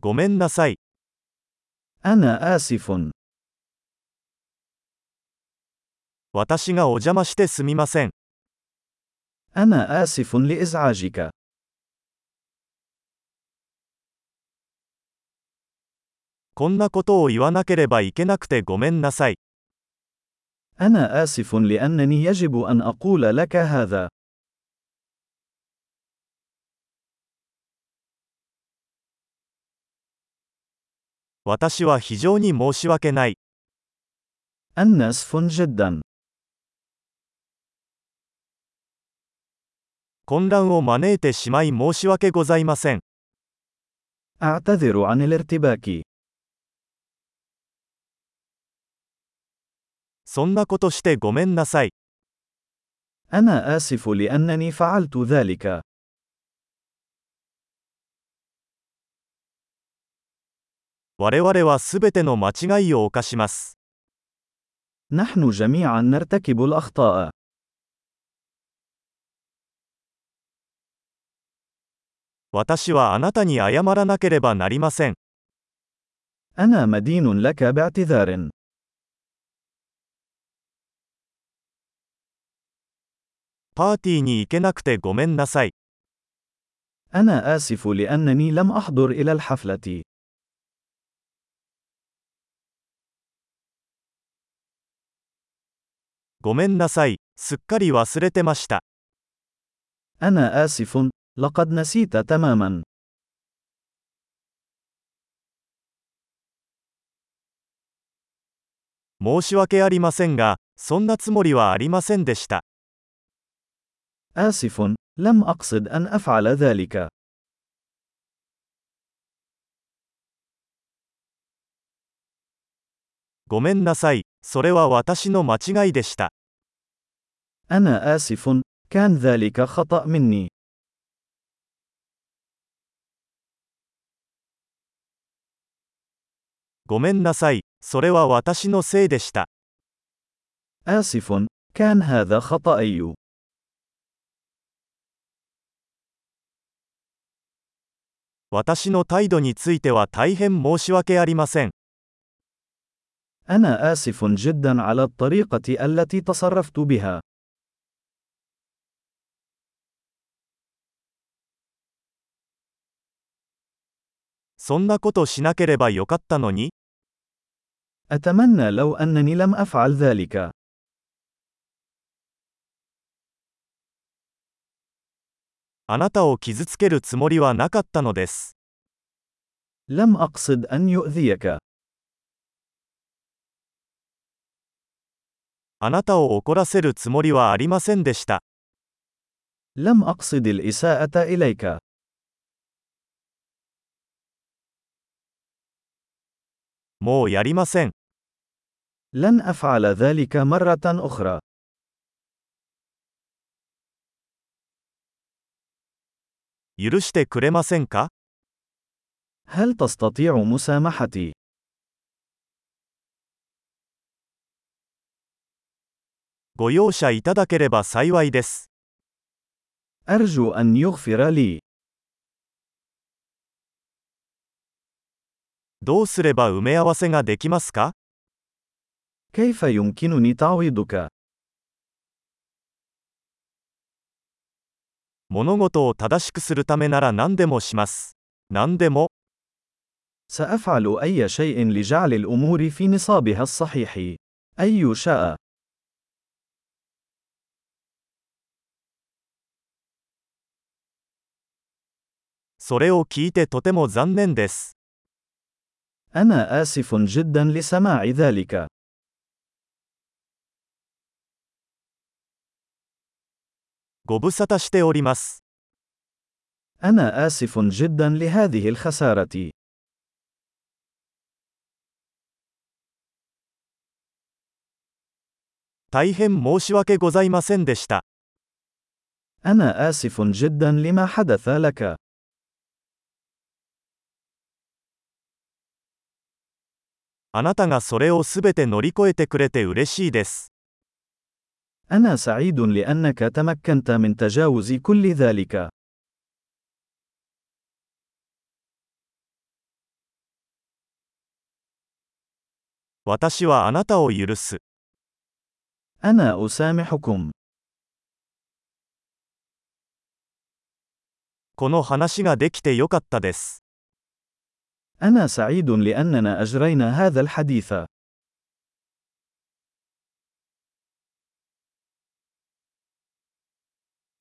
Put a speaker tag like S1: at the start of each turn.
S1: ごめんなさい。
S2: أنا آسف.
S1: 私がお邪魔してすみません。
S2: أنا آسف لإزعاجك.
S1: こんなことを言わなければいけなくてごめんなさい。
S2: أنا آسف لأنني يجب أن أقول لك هذا.
S1: 私は非常に申し訳ない。
S2: أنا آسف جدا.
S1: 混乱を招いてしまい申し訳ございません。
S2: أعتذر عن الارتباك.
S1: そんなことしてごめんなさい。
S2: أنا آسف لأنني فعلت ذلك.
S1: 我々はすべての間違いを犯します。
S2: نحن جميعا نرتكب الأخطاء.
S1: 私はあなたに謝らなければなりません。
S2: أنا مدين لك باعتذار.
S1: パーティーに行けなくてごめんなさい。
S2: أنا آسف لأنني لم أحضر إلى الحفلة.
S1: ごめんなさい。すっかり忘れてました。
S2: أنا آسف. لقد نسيت تماما.
S1: 申し訳ありませんが、そんなつもりはありませんでした。
S2: آسف. لم أقصد أن أفعل ذلك.
S1: ごめんなさい。それは私の間違いでした。
S2: أنا آسف. كان ذلك خطأ مني.
S1: ごめんなさい。それは私のせいでした。
S2: آسف. كان هذا خطأي.
S1: 私の態度については大変申し訳ありません。
S2: أنا آسف جدا على الطريقة التي تصرفت بها.
S1: そんなことしなければよかったのに、
S2: أتمنى لو أنني لم أفعل ذلك.
S1: あなたを傷つけるつもりはなかったのです。
S2: لم أقصد أن يؤذيك.
S1: あなたを怒らせるつもりはありませんでした。
S2: لم أقصد الإساءة إليك.
S1: もうやりません。
S2: لن أفعل ذلك مرة أخرى.
S1: 許してくれませんか
S2: هل تستطيع مسامحتي؟
S1: ご容赦いただければ幸いです。
S2: أرجو أن يغفر لي.
S1: どうすれば埋め合わせができますか
S2: كيف يمكنني تعويضك؟
S1: 物事を正しくするためなら何でもします。何でも、
S2: سأفعل أي شيء لجعل الأمور في نصابها الصحيح. أي شاء.
S1: それを聞いてとても残念です。
S2: أنا آسف جدا لسماع ذلك.
S1: ご無沙汰しております。
S2: أنا آسف جدا لهذه الخسارة.
S1: 大変申し訳ございませんでした。
S2: أنا آسف جدا لما حدث لك.
S1: あなたがそれをすべて乗り越えてくれて嬉しいです。
S2: أنا سعيد لأنك تمكنت من تجاوز كل ذلك.
S1: 私はあなたを許す。
S2: أنا أسامحكم.
S1: この話ができてよかったです。
S2: أنا سعيد لأننا أجرينا هذا الحديث.